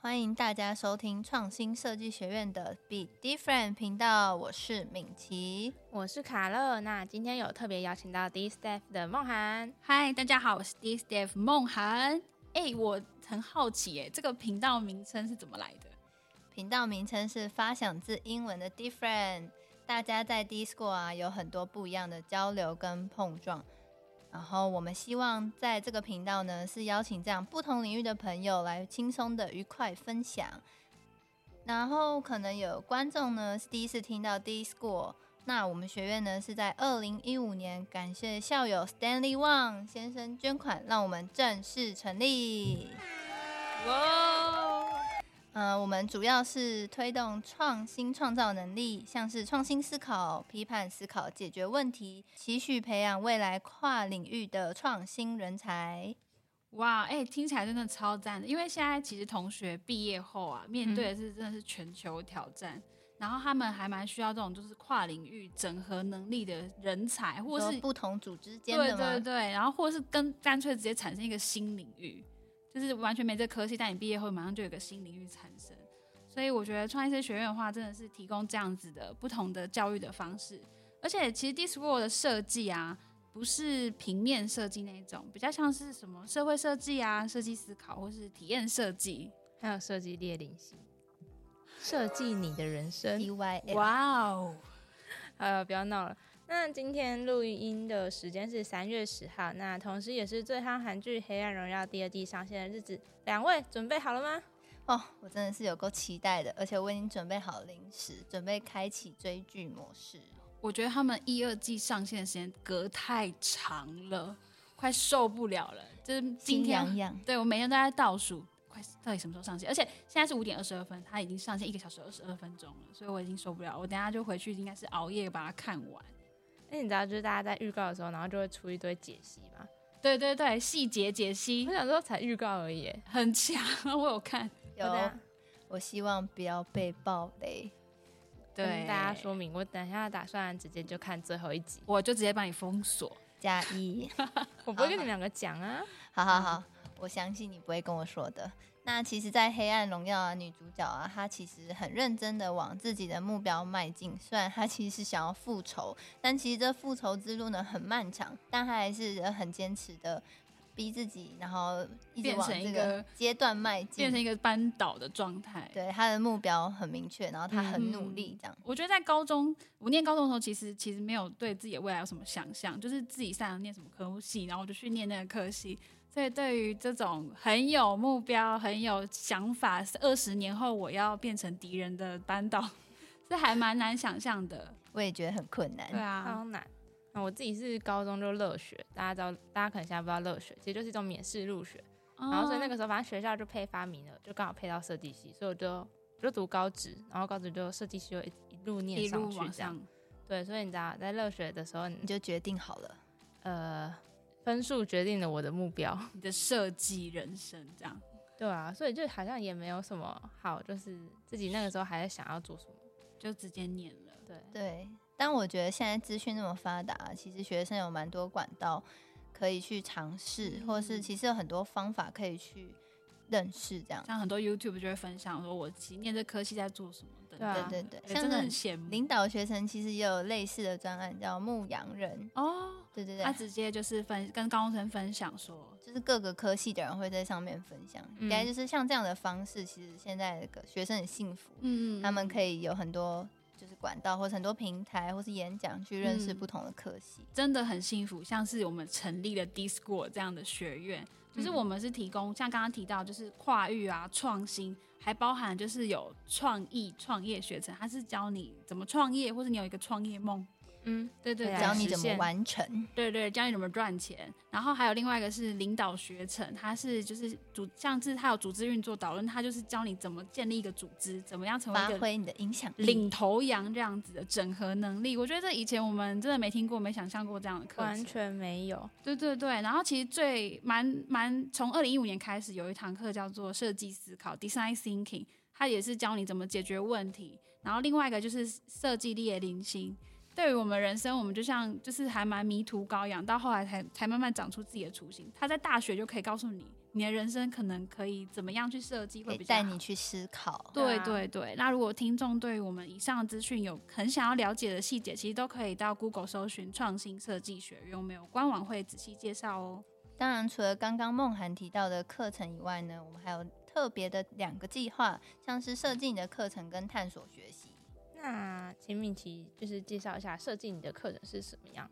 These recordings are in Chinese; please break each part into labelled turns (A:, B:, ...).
A: 欢迎大家收听创新设计学院的 Be Different 频道，我是敏琪。
B: 我是卡乐。那今天有特别邀请到 D Staff 的梦涵，
C: 嗨，大家好，我是 D Staff 梦涵。哎、我很好奇、哎，这个频道名称是怎么来的？
A: 频道名称是发想自英文的 Different，大家在 Discord 啊有很多不一样的交流跟碰撞。然后我们希望在这个频道呢，是邀请这样不同领域的朋友来轻松的、愉快分享。然后可能有观众呢是第一次听到 Discord，那我们学院呢是在二零一五年感谢校友 Stanley Wang 先生捐款，让我们正式成立。
B: 哇，
A: 呃，我们主要是推动创新创造能力，像是创新思考、批判思考、解决问题，期许培养未来跨领域的创新人才。
C: 哇，哎、听起来真的超赞的。因为现在其实同学毕业后啊，面对的是真的是全球挑战，然后他们还蛮需要这种就是跨领域整合能力的人才，或
A: 说
C: 是
A: 不同组之间
C: 对
A: 的
C: 对
A: 吗？
C: 对，然后或是跟干脆直接产生一个新领域，就是完全没这科系，但你毕业后马上就有个新领域产生。所以我觉得创业学院的话，真的是提供这样子的不同的教育的方式，而且其实 Discord 的设计啊，不是平面设计那一种，比较像是什么社会设计啊、设计思考或是体验设计。
B: 还有设计列领系，设计你的人生。
A: D Y L
C: 哇哦，
B: 呃，不要闹了。那今天录音的时间是三月十号，那同时也是最夯韩剧《黑暗荣耀》第二季上线的日子。两位准备好了吗？
A: 哦，我真的是有够期待的，而且我已经准备好零食，准备开启追剧模式。
C: 我觉得他们一二季上线的时间隔太长了，快受不了了。就是今
A: 心
C: 天
A: 痒痒，
C: 对我每天都在倒数，快到底什么时候上线？而且现在是五点二十二分，它已经上线一个小时二十二分钟了，所以我已经受不了。我等一下就回去，应该是熬夜把它看完。
B: 那你知道，就是大家在预告的时候，然后就会出一堆解析嘛。
C: 对对对，细节解析
B: 我想说，才预告而已耶。
C: 很强，啊我有看。
A: 有
B: 我，等
C: 啊
B: 下
A: 我希望不要被暴雷。
C: 对
B: 跟大家，说明，我等一下打算直接就看最后一集，
C: 我就直接把你封锁。
A: 加一。
B: 我不会跟你们两个讲啊。
A: 好
C: 嗯
A: 好好，我相信你不会跟我说的。那其实，在《黑暗荣耀》啊，女主角啊，她其实很认真的往自己的目标迈进。虽然她其实是想要复仇，但其实这复仇之路呢很漫长，但她还是很坚持的逼自己，然后一直
C: 变
A: 往
C: 成
A: 这
C: 一
A: 个
C: 个
A: 阶段迈
C: 变成
A: 进。
C: 一个扳倒的状态。
A: 对，她的目标很明确，然后她很努
C: 嗯
A: 力，这样。
C: 我觉得在高中，我念高中的时候，其实其实没有对自己的未来有什么想象，就是自己擅长念什么科目系，然后我就去念那个科系。所以对于这种很有目标、很有想法，二十年后我要变成敌人的班导，这还蛮难想象的。
A: 我也觉得很困
B: 嗯
A: 难。
C: 对啊，
B: 超难。那我自己是高中就乐学，大家知道，大家可能现在不知道乐学，其实就是一种免试入学。然后所以那
C: 个
B: 个时候，反正学校就配发明了，就刚好配到设计系，所以我就我就读高职，然后高职就设计系就一一路念
C: 一
B: 上
C: 路
B: 去
C: 往
B: 这样。
C: 上，
B: 对，所以你知道，在乐学的时候，你
A: 你就决定好了。
B: 呃分数决定了我的目标。
C: 你的设计人生这样。
B: 对啊，所以就好像也没有什么好，就是自己那个时候还在想要做什么。
C: 就直接念了，
B: 对，
A: 对，但我觉得现在资讯那么发达，其实学生有蛮多管道可以去尝试，或是
C: 嗯
A: 其实有很多方法可以去认识这样。
C: 像很多 YouTube 就会分享说，我其实念这科系在做什么等
B: 对啊
C: 等，
A: 对对对，
C: 哎真
A: 像
C: 的很
A: 是
C: 羡慕
A: 领导学程其实也有类似的专案叫牧羊人，
C: 哦。
A: 对对对，
C: 他直接就是分跟高中生分享说，
A: 就是各个科系的人会在上面分享，应该
B: 嗯
A: 就是像这样的方式，其实现在的学生很幸福，
C: 嗯
A: 他们可
C: 以
A: 以有很多。就是管道，或是很多平台，或是演讲，去认识
C: 嗯
A: 不同的科系。
C: 真的很幸福，像是我们成立了 Discord 这样的学院，就是
B: 嗯
C: 我们是提供像刚刚提到，就是跨域啊、创新，还包含就是有创意创业学程，它是教你怎么创业，或者你有一个创业梦，
B: 嗯，
C: 对对
B: 对啊
C: 对
A: 教你
B: 实
A: 怎么
B: 现
A: 完成，
C: 对对，教你怎么赚钱。然后还有另外一个是领导学程，它是就是组，像是它有组织运作导论，它就是教你怎么建立一个组织，怎么样成为
A: 发
C: 一个
A: 挥你的影
B: 嗯
A: 响力。
C: 领头羊这样子的整合能力。我觉得这以前我们真的没听过，没想象过这样的课程。
B: 完全没有。
C: 对对对。然后其实最蛮蛮从二零一五年开始有一堂课叫做设计思考 （Design Thinking），它也是教你怎么解决问题。然后另外一个就是设计力的零星。对于我们人生，我们就像就是还蛮迷途羔羊，到后来才才慢慢长出自己的雏形。他在大学就可以告诉你你的人生可能可以怎么样去设计
A: 可
C: 会
A: 以
C: 比较
A: 带
C: 好。
A: 你去思考。
B: 对
C: 对
B: 啊
C: 对对，那如果听众对于我们以上的资讯有很想要了解的细节，其实都可以到 Google 搜寻“创新设计学院”，我们有官网会仔细介绍哦。
A: 当然，除了刚刚梦涵提到的课程以外呢，我们还有特别的两个计划，像是设计你的课程跟探索学习。
B: 那请敏琪就是介绍一下设计你的课程是什么样？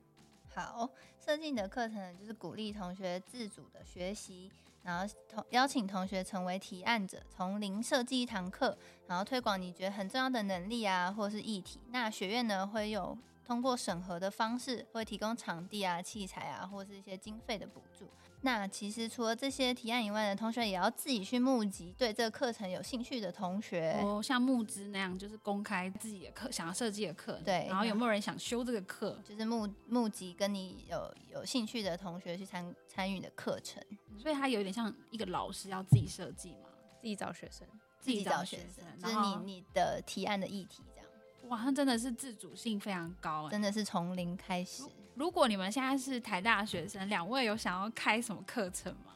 A: 好，设计你的课程呢就是鼓励同学自主的学习，然后同邀请同学成为提案者，从零设计一堂课，然后推广你觉得很重要的能力啊，或是议题。那学院呢会有通过审核的方式，会提供场地啊、器材啊，或是一些经费的补助。那其实除了这些提案以外呢，同学也要自己去募集对这个课程有兴趣的同学。
C: 哦，像募资那样，就是公开自己的课，想要设计的课，
A: 对
C: 然后有没有人想修这个课？
A: 就是募募集跟你有有兴趣的同学去参参与的课程，
C: 所以它有点像一个老师要自己设计嘛，
B: 自己找学生，
A: 自己找学
C: 学
A: 生，就
C: 然
A: 是
C: 后
A: 你你的提案的议题这样，
C: 哇，它真的是自主性非常高哎。
A: 真的是从零开始。
C: 如果你们现在是台大学生，两位有想要开什么课程吗？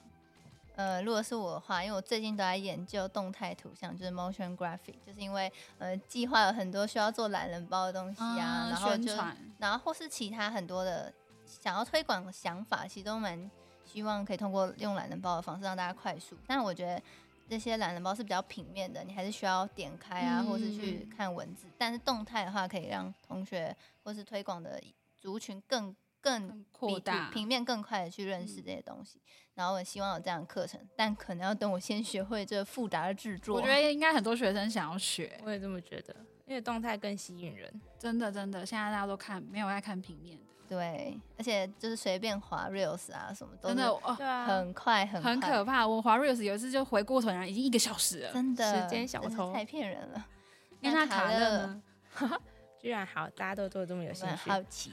A: 呃，如果是我的话，因为我最近都在研究动态图像，就是 motion graphic，就是因为呃计划有很多需要做懒人包的东西啊，
C: 嗯
A: 然后
C: 宣
A: 就
C: 传
A: 然后或是其他很多的想要推广的想法，其实都蛮希望可以通过用懒人包的方式让大家快速。但我觉得这些懒人包是比较平面的，你还是需要点开啊，
C: 嗯
A: 或是去看文字。但是动态的话，可以让同学或是推广的族群更更
C: 更扩
A: 比
C: 大
A: 平面更快的去认识这些东西。然后我希望有这样的课程，但可能要等我先学会这复杂的制作。
C: 我觉得应该很多学生想要学，
B: 我也这么觉得，因为动态更吸引人。
C: 真的真的，现在大家都看没有爱看平面的，
A: 对，而且就是随便滑 reels 啊什么，都
C: 真的
A: 是
C: 哦，
B: 对啊，
A: 很快很快
C: 很可怕。我滑 reels 有一次就回过头来，已经一个小时了。
A: 真的
B: 时间小
A: 真是
B: 偷
A: 太骗人 了。
C: 那他卡乐呢？
B: 居然好，大家都对我这么有
A: 我
B: 兴
A: 很
B: 趣。
A: 好奇，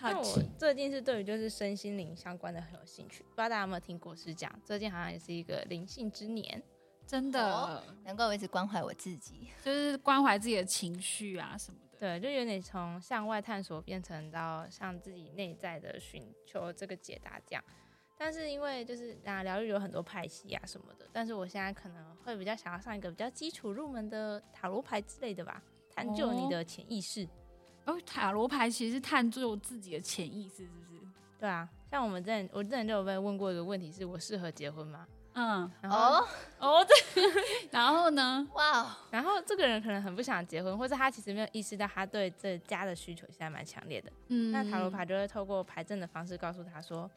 B: 那
C: 好
B: 我
C: 奇
B: 最近是对于就是身心灵相关的很有兴趣，不知道大家有没有听过是讲，最近好像也是一个灵性之年，
C: 真的
A: 哦难怪我一直关怀我自己。
C: 就是关怀自己的情绪啊什么的。
B: 对，就有点从向外探索变成到向自己内在的寻求这个解答这样。但是因为就是啊，疗愈有很多派系啊什么的，但是我现在可能会比较想要上一个比较基础入门的塔罗牌之类的吧，探究你
C: 哦
B: 的潜意识。
C: 哦，塔罗牌其实是探究自己的潜意识，是不是？
B: 对啊，像我们之前，我之前就有被问过一个问题是，我适合结婚吗？
C: 嗯，
B: 然后
A: 哦，
C: 哦对， 然后呢？
A: 哇哦，
B: 然后这个人可能很不想结婚，或者他其实没有意识到他对这家的需求现在蛮强烈的。
C: 嗯，
B: 那塔罗牌就会透过牌阵的方式告诉他说：“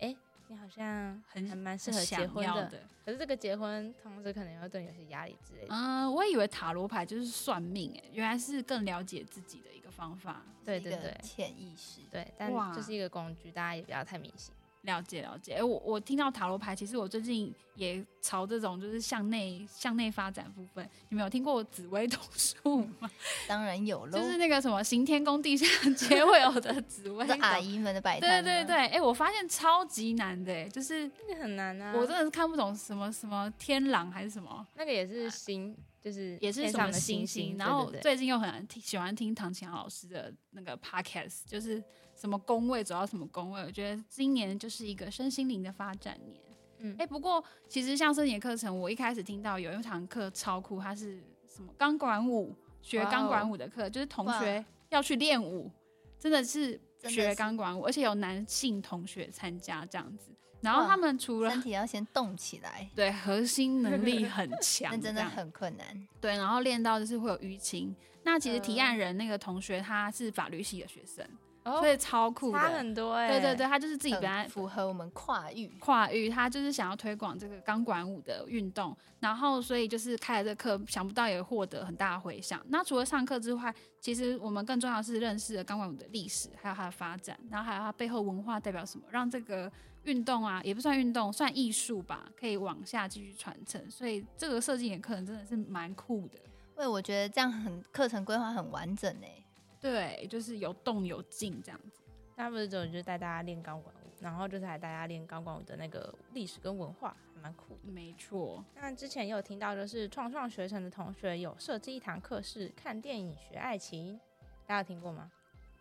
B: 哎、你好像
C: 很
B: 还蛮适
C: 是
B: 合结
C: 想
B: 婚
C: 要
B: 的。
C: 的。
B: 可是这个结婚同时可能也会对你有些压力之类的。
C: 嗯，我以为塔罗牌就是算命，哎，原来是更了解自己的一个方法。
B: 对
A: 是一
B: 对
A: 个
B: 对
A: 潜意识。
B: 对，但
C: 哇
B: 就是一个工具，大家也不要太迷信。
C: 了解了解，哎、我我听到塔罗牌，其实我最近也朝这种就是向内向内发展部分。你们有听过紫微斗数吗？
A: 当然有喽，
C: 就是那个什么行天宫地下 街会有的紫微
A: 这
C: 斗
A: 阿姨们的摆
C: 对
A: 摊。啊
C: 对对，，哎、我发现超级难的、哎，就是
B: 那个很难啊，
A: 嗯
C: 我真的是看不懂什么什么天狼还是什么，
B: 那个也是星，就是
C: 啊也是
B: 天
C: 什
B: 上
C: 么
B: 的星
C: 星星。
B: 对
C: 然后
B: 对对
C: 最近又很听喜欢听唐启阳老师的那个 podcast，就是什么宫位走到什么宫位，我觉得今年就是一个身心灵的发展年。
B: 嗯
C: 哎、不过其实像这节课程，我一开始听到有一堂课超酷，它是什么钢管舞，学
B: 哇哦
C: 钢管舞的课，就是同
A: 哇
C: 学要去练舞，真的是
A: 真的
C: 学
A: 是
C: 钢管舞，而且有男性同学参加这样子。然后
A: 哇
C: 他们除了
A: 身体要先动起来，
C: 对，核心能力很
A: 那
C: 强，
A: 真
C: 这
A: 的
C: 样
A: 很困难。
C: 对。然后练到就是会有淤青。那其实提
B: 嗯
C: 案人那个同学他是法律系的学生，
B: 哦
C: 所以超酷
B: 差
C: 的。
B: 很多哎、
C: 对对对，，他就是自己本来
A: 很符合我们跨域，
C: 跨域，他就是想要推广这个钢管舞的运动，然后所以就是开了这课，想不到也获得很大的回响。那除了上课之外，其实我们更重要的是认识了钢管舞的历史，还有它的发展，然后还有它背后文化代表什么，让这个运动啊，也不算运动，算艺术吧，可以往下继续传承。所以这个设计也可能真的是蛮酷的。
A: 为我觉得这样很课程规划很完整欸诶。
C: 对，就是有动有静这样子。
B: 他不是只有就是带大家练钢管舞，然后就是还带大家练钢管舞的那个历史跟文化，还蛮酷的。
C: 没错，
B: 那之前也有听到，就是创创学程的同学有设计一堂课是看电影学爱情，大家有听过吗？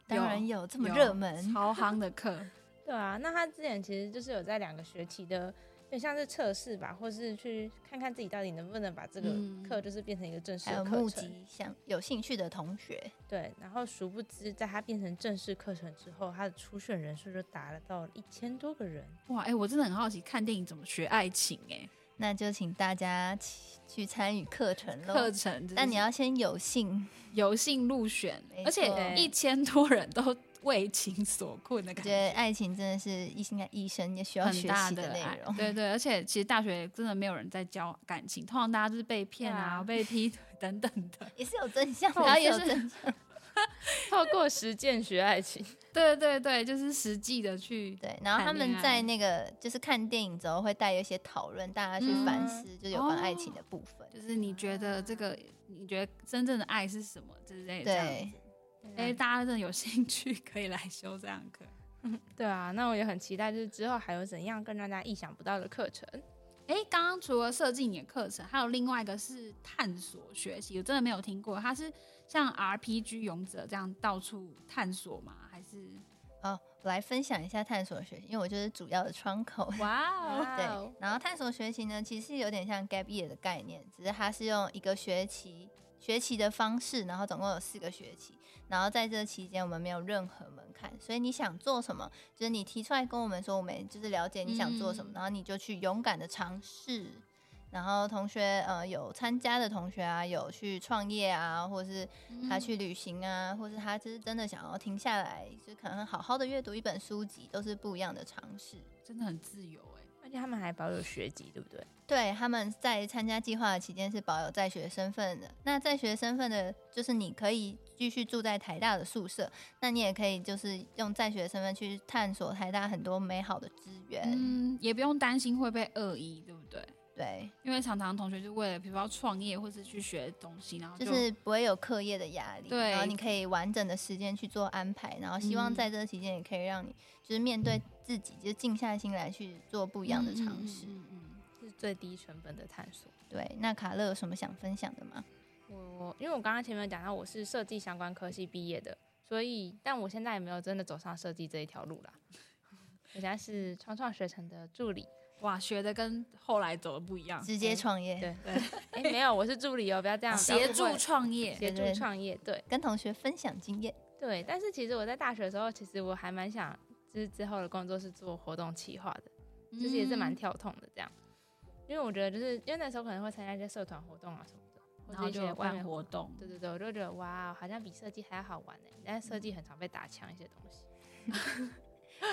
A: 当然有这么
C: 有
A: 热门，
C: 超夯的课，
B: 对啊，那他之前其实就是有在两个学期的对，像是测试吧，或是去看看自己到底能不能把这个
C: 嗯
B: 课就是变成一个正式
A: 还
B: 的
A: 有
B: 课
A: 募
B: 程。
A: 集想有兴趣的同学，
B: 对，然后殊不知，在它变成正式课程之后，它的初选人数就达了到一千多个人。
C: 哇，哎、我真的很好奇，看电影怎么学爱情、哎
A: 那就请大家去去参与课程
C: 哎，课
A: 喽。
C: 程真的是，
A: 但你要先有幸，
C: 有幸入选
A: 没，
C: 而且
A: 错
C: 一千多人都为情所困的
A: 我
C: 感
A: 觉得
C: 觉。
A: 爱情真的是一应该一生也需要
C: 很
A: 学
C: 大
A: 习
C: 的
A: 内
C: 爱
A: 容，
C: 对对，而且其实大学真的没有人在教感情，通常大家就是被骗啊、
B: 对啊
C: 被劈腿等等 的。
A: 也是有真 相的，
C: 然后
A: 也
C: 也
A: 是
C: 是
A: 有真相。
B: 透过实践学爱 情，
C: 对对对，就是实际的去，
A: 对，然后他
C: 谈恋
A: 们
C: 爱
A: 在那个就是看电影之后会带有一些讨论，大家去反
B: 嗯
A: 思，就是有关爱
C: 哦
A: 情的部分。
C: 就是你觉得这个，你觉得真正的爱是什么之类的。这样
A: 对，
B: 啊
C: 哎、大家真的有兴趣可以来修这样课。
B: 对啊，那我也很期待，就是之后还有怎样更让大家意想不到的课程。
C: 哎、刚刚除了设计你的课程，还有另外一个是探索学习，我真的没有听过，它是像 RPG 勇者这样到处探索吗？还是
A: 哦，我来分享一下探索学习，因为我就是主要的窗口。
C: 哇哦，
B: 哇
A: 对
B: 哦，
A: 然后探索学习呢，其实有点像 gap year 的概念，只是它是用一个学期学期的方式，然后总共有四个学期，然后在这期间我们没有任何门槛，所以你想做什么，就是你提出来跟我们说，我们就是了解你想做什么，
C: 嗯
A: 然后你就去勇敢的尝试。
B: 嗯
A: 然后同学呃有参加的同学啊，有去创业啊，或是他去旅行啊，或是他就是真的想要停下来，就可能好好的阅读一本书籍，都是不一样的尝试。
C: 真的很自由哎、
B: 而且他们还保有学籍，对不对？
A: 对，他们在参加计划的期间是保有在学身份的。那在学身份的，就是你可以继续住在台大的宿舍，那你也可以就是用在学身份去探索台大很多美好的资源。
C: 嗯，也不用担心会被恶意，对不对？
A: 对，
C: 因为常常同学就为了比如说创业或是去学东西，然后
A: 就是不会有课业的压力，
C: 哦对
A: 然后你可以完整的时间去做安排，然后希望
C: 嗯
A: 在这期间也可以让你就是面对自己，就静下心来去做不
C: 不
A: 一样的尝试。
C: 嗯嗯嗯
B: 是最低成本的探索。
A: 对，那卡乐有什么想分享的吗？
B: 我因为我刚刚前面有讲到我是设计相关科系毕业的，所以但我现在也没有真的走上设计这一条路啦。 我现在是创创学程的助理，
C: 哇，学的跟后来走的不一样，
A: 直接创业，
B: 对哎、没有，我是助理哦，不要这样，不要
C: 协
B: 误
C: 助
B: 会
C: 创业。
B: 协助创业，对
A: 跟同学分享经验。
B: 对。但是其实我在大学的时候，其实我还蛮想，就是之后的工作是做活动企划的，就是也是
C: 嗯
B: 蛮跳痛的这样。因为我觉得就是因为那时候可能会参加一些社团活动啊什么的，或
C: 然
B: 者
C: 后
B: 一些
C: 就
B: 外
C: 办
B: 面
C: 活动，
B: 对对对，我就觉得哇，哦好像比设计还要好玩呢。但是设计很常被打枪一些东西，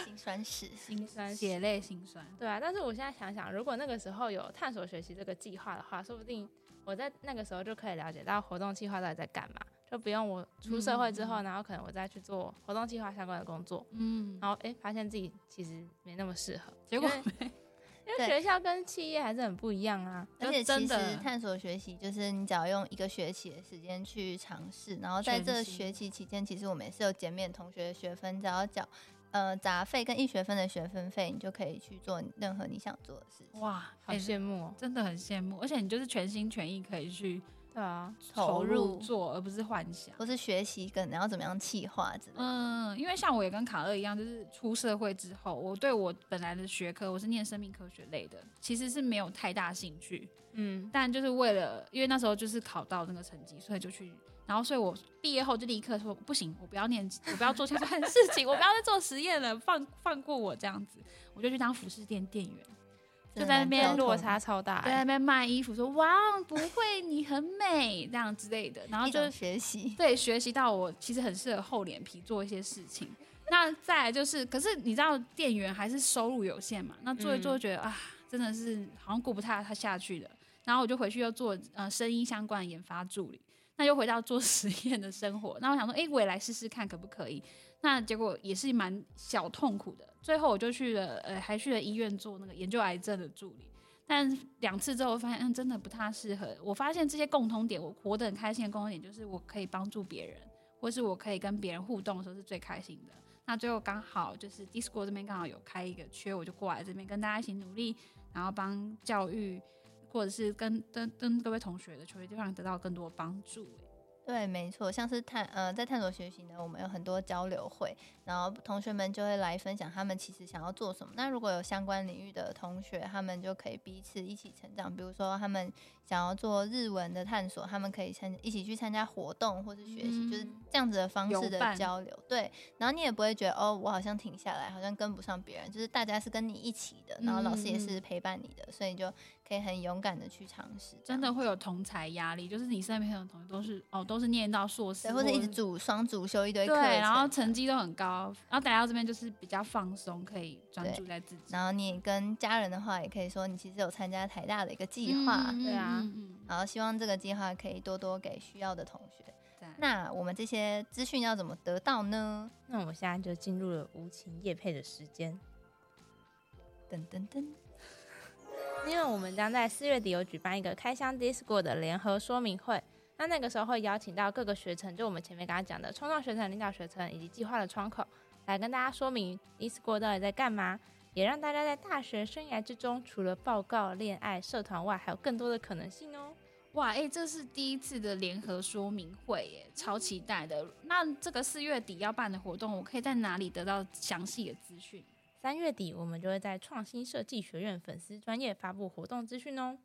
A: 心酸史。
B: 心酸
C: 血泪心酸。
B: 对啊，但是我现在想想，如果那个时候有探索学习这个计划的话，说不定我在那个时候就可以了解到活动计划到底在干嘛，就不用我出社会之后，然后可能我再去做活动计划相关的工作，
C: 嗯，
B: 然后诶发现自己其实没那么适合，
C: 结果
B: 因为因
A: 对
B: 为学校跟企业还是很不一样啊。
A: 而
C: 就
A: 且其
C: 真
A: 实
C: 的
A: 探索学习就是你只要用一个学期的时间去尝试，然后在
C: 全
A: 这
C: 心
A: 学期期间，其实我们也是有减免同学的学分，只要缴呃杂费跟一学分的学分费，你就可以去做任何你想做的事情。
C: 哇，
B: 好
C: 哎
B: 羡慕哦！
C: 真的很羡慕，而且你就是全心全意可以去
B: 对啊，
A: 投入
C: 入做，而不是幻想。
A: 或是学习跟然后怎么样气化之类的。
C: 嗯，因为像我也跟卡乐一样，就是出社会之后，我对我本来的学科，我是念生命科学类的，其实是没有太大兴趣。
B: 嗯，
C: 但就是为了，因为那时候就是考到那个成绩，所以就去，然后所以我毕业后就立刻说不行，我不要念，我不要做相关的事情，我不要再做实验了，放放过我这样子，我就去当服饰店店员，
A: 真
C: 就
A: 的
C: 在那
A: 蛮
C: 边
A: 跳
B: 但
A: 脱
B: 落
A: 的
B: 差超大、
C: 在那
B: 欸，
C: 边卖衣服，说哇哦不会，你很美这样之类的，然后
A: 一
C: 就
A: 种学习，
C: 对，学习到我其实很适合厚脸皮做一些事情。那再来就是，可是你知道店员还是收入有限嘛？那做一做
B: 嗯
C: 觉得、啊，真的是好像顾不太他下去了。然后我就回去又做呃声音相关的研发助理，那又回到做 实验的生活。那我想说，哎、我也来试试看可不可以？那结果也是蛮小痛苦的。最后我就去了呃，还去了医院做那个研究癌症的助理。但两次之后，我发现嗯，真的不太适合。我发现这些共通点，我活得很开心的共通点就是我可以帮助别人，或是我可以跟别人互动的时候是最开心的。那最后刚好就是 Discord 这边刚好有开一个缺，我就过来这边跟大家一起努力，然后帮教育或者是跟跟跟各位同学的求学地方得到更多帮助、欸
A: 对，没错，像是探呃，在探索学习呢，我们有很多交流会，然后同学们就会来分享他们其实想要做什么。那如果有相关领域的同学，他们就可以彼此一起成长。比如说，他们想要做日文的探索，他们可以参一起去参加活动或是学习，就是
C: 嗯
A: 这样子的方式
C: 有伴
A: 的交流。对，然后你也不会觉得哦，我好像停下来，好像跟不上别人，就是大家是跟你一起的，然后老师也
C: 嗯嗯
A: 是陪伴你的，所以你就可以很勇敢的去尝试。
C: 真的。会有同才压力，就是你身边的同学都是哦，都是念到硕士，
A: 对，或者一直
C: 做
A: 主双主修一堆课
C: 对，
A: 程，
C: 然后成绩都很高，然后来到这边就是比较放松，可以专注在自己
A: 然后你跟家人的话，也可以说你其实有参加台大的一个计划，
C: 嗯
B: 对啊
C: 嗯嗯
A: 然后希望这个计划可以多多给需要的同学。
C: 赞
A: 那我们这些资讯要怎么得到呢？
B: 那我们现在就进入了无情夜配的时间，
A: 噔噔噔，
B: 因为我们将在四月底有举办一个开箱 Discord 的联合说明会。那那个时候会邀请到各个学程，就我们前面刚刚讲的冲撞学程、领导学程以及计划的窗口，来跟大家说明 Discord 到底在干嘛，也让大家在大学生涯之中，除了报告、恋爱、社团外，还有更多的可能性哦。
C: 哇，哎、这是第一次的联合说明会耶，超期待的。那这个四月底要办的活动，我可以在哪里得到详细的资讯？
B: 三月底，我们就会在创新设计学院粉丝专业发布活动资讯哦。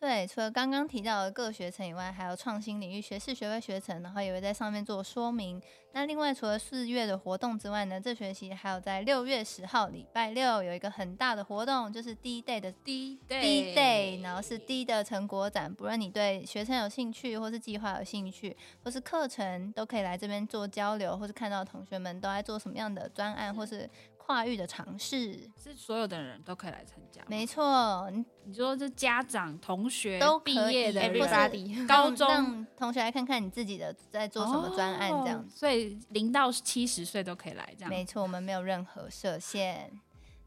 A: 对，除了刚刚提到的各学程以外，还有创新领域学士学位学程，然后也会在上面做说明。那另外，除了四月的活动之外呢，这学期还有在六月十号礼拜六有一个很大的活动，就是 D Day 的
C: D
A: D Day，然后是 D 的成果展，不论你对学生有兴趣，或是计划有兴趣，或是课程，都可以来这边做交流，或是看到同学们都在做什么样的专案，或是跨域的尝试。
C: 是所有的人都可以来参加吗。
A: 没错，你
C: 你说这家长、同学
A: 都可
C: 毕
A: 以
C: 业的人
A: 或是
C: 高
A: 让
C: 中
A: 让同学来看看你自己的在做什么专案，这样
C: 哦
A: 子。
C: 所以零到七十岁都可以来这样。
A: 没错，我们没有任何设限。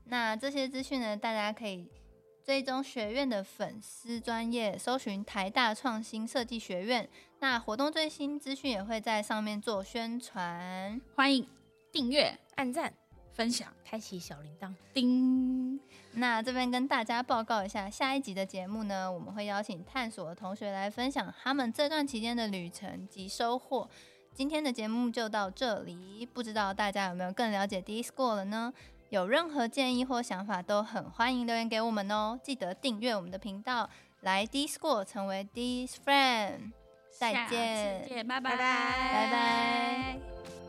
A: 那这些资讯呢，大家可以追踪学院的粉丝专业，搜寻台大创新设计学院。那活动最新资讯也会在上面做宣传。
C: 欢迎订阅、
B: 按赞，
C: 分享，
B: 开启小铃铛。
C: 叮。
A: 那这边跟大家报告一下，下一集的节目呢，我们会邀请探索的同学来分享他们这段期间的旅程及收获。今天的节目就到这里，不知道大家有没有更了解 Discord 了呢？有任何建议或想法都很欢迎留言给我们哦！记得订阅我们的频道，来 Discord 成为 Dis Friend。再
C: 下次
A: 见
C: 见，拜
B: 拜
C: 拜，
B: 拜
A: 拜拜。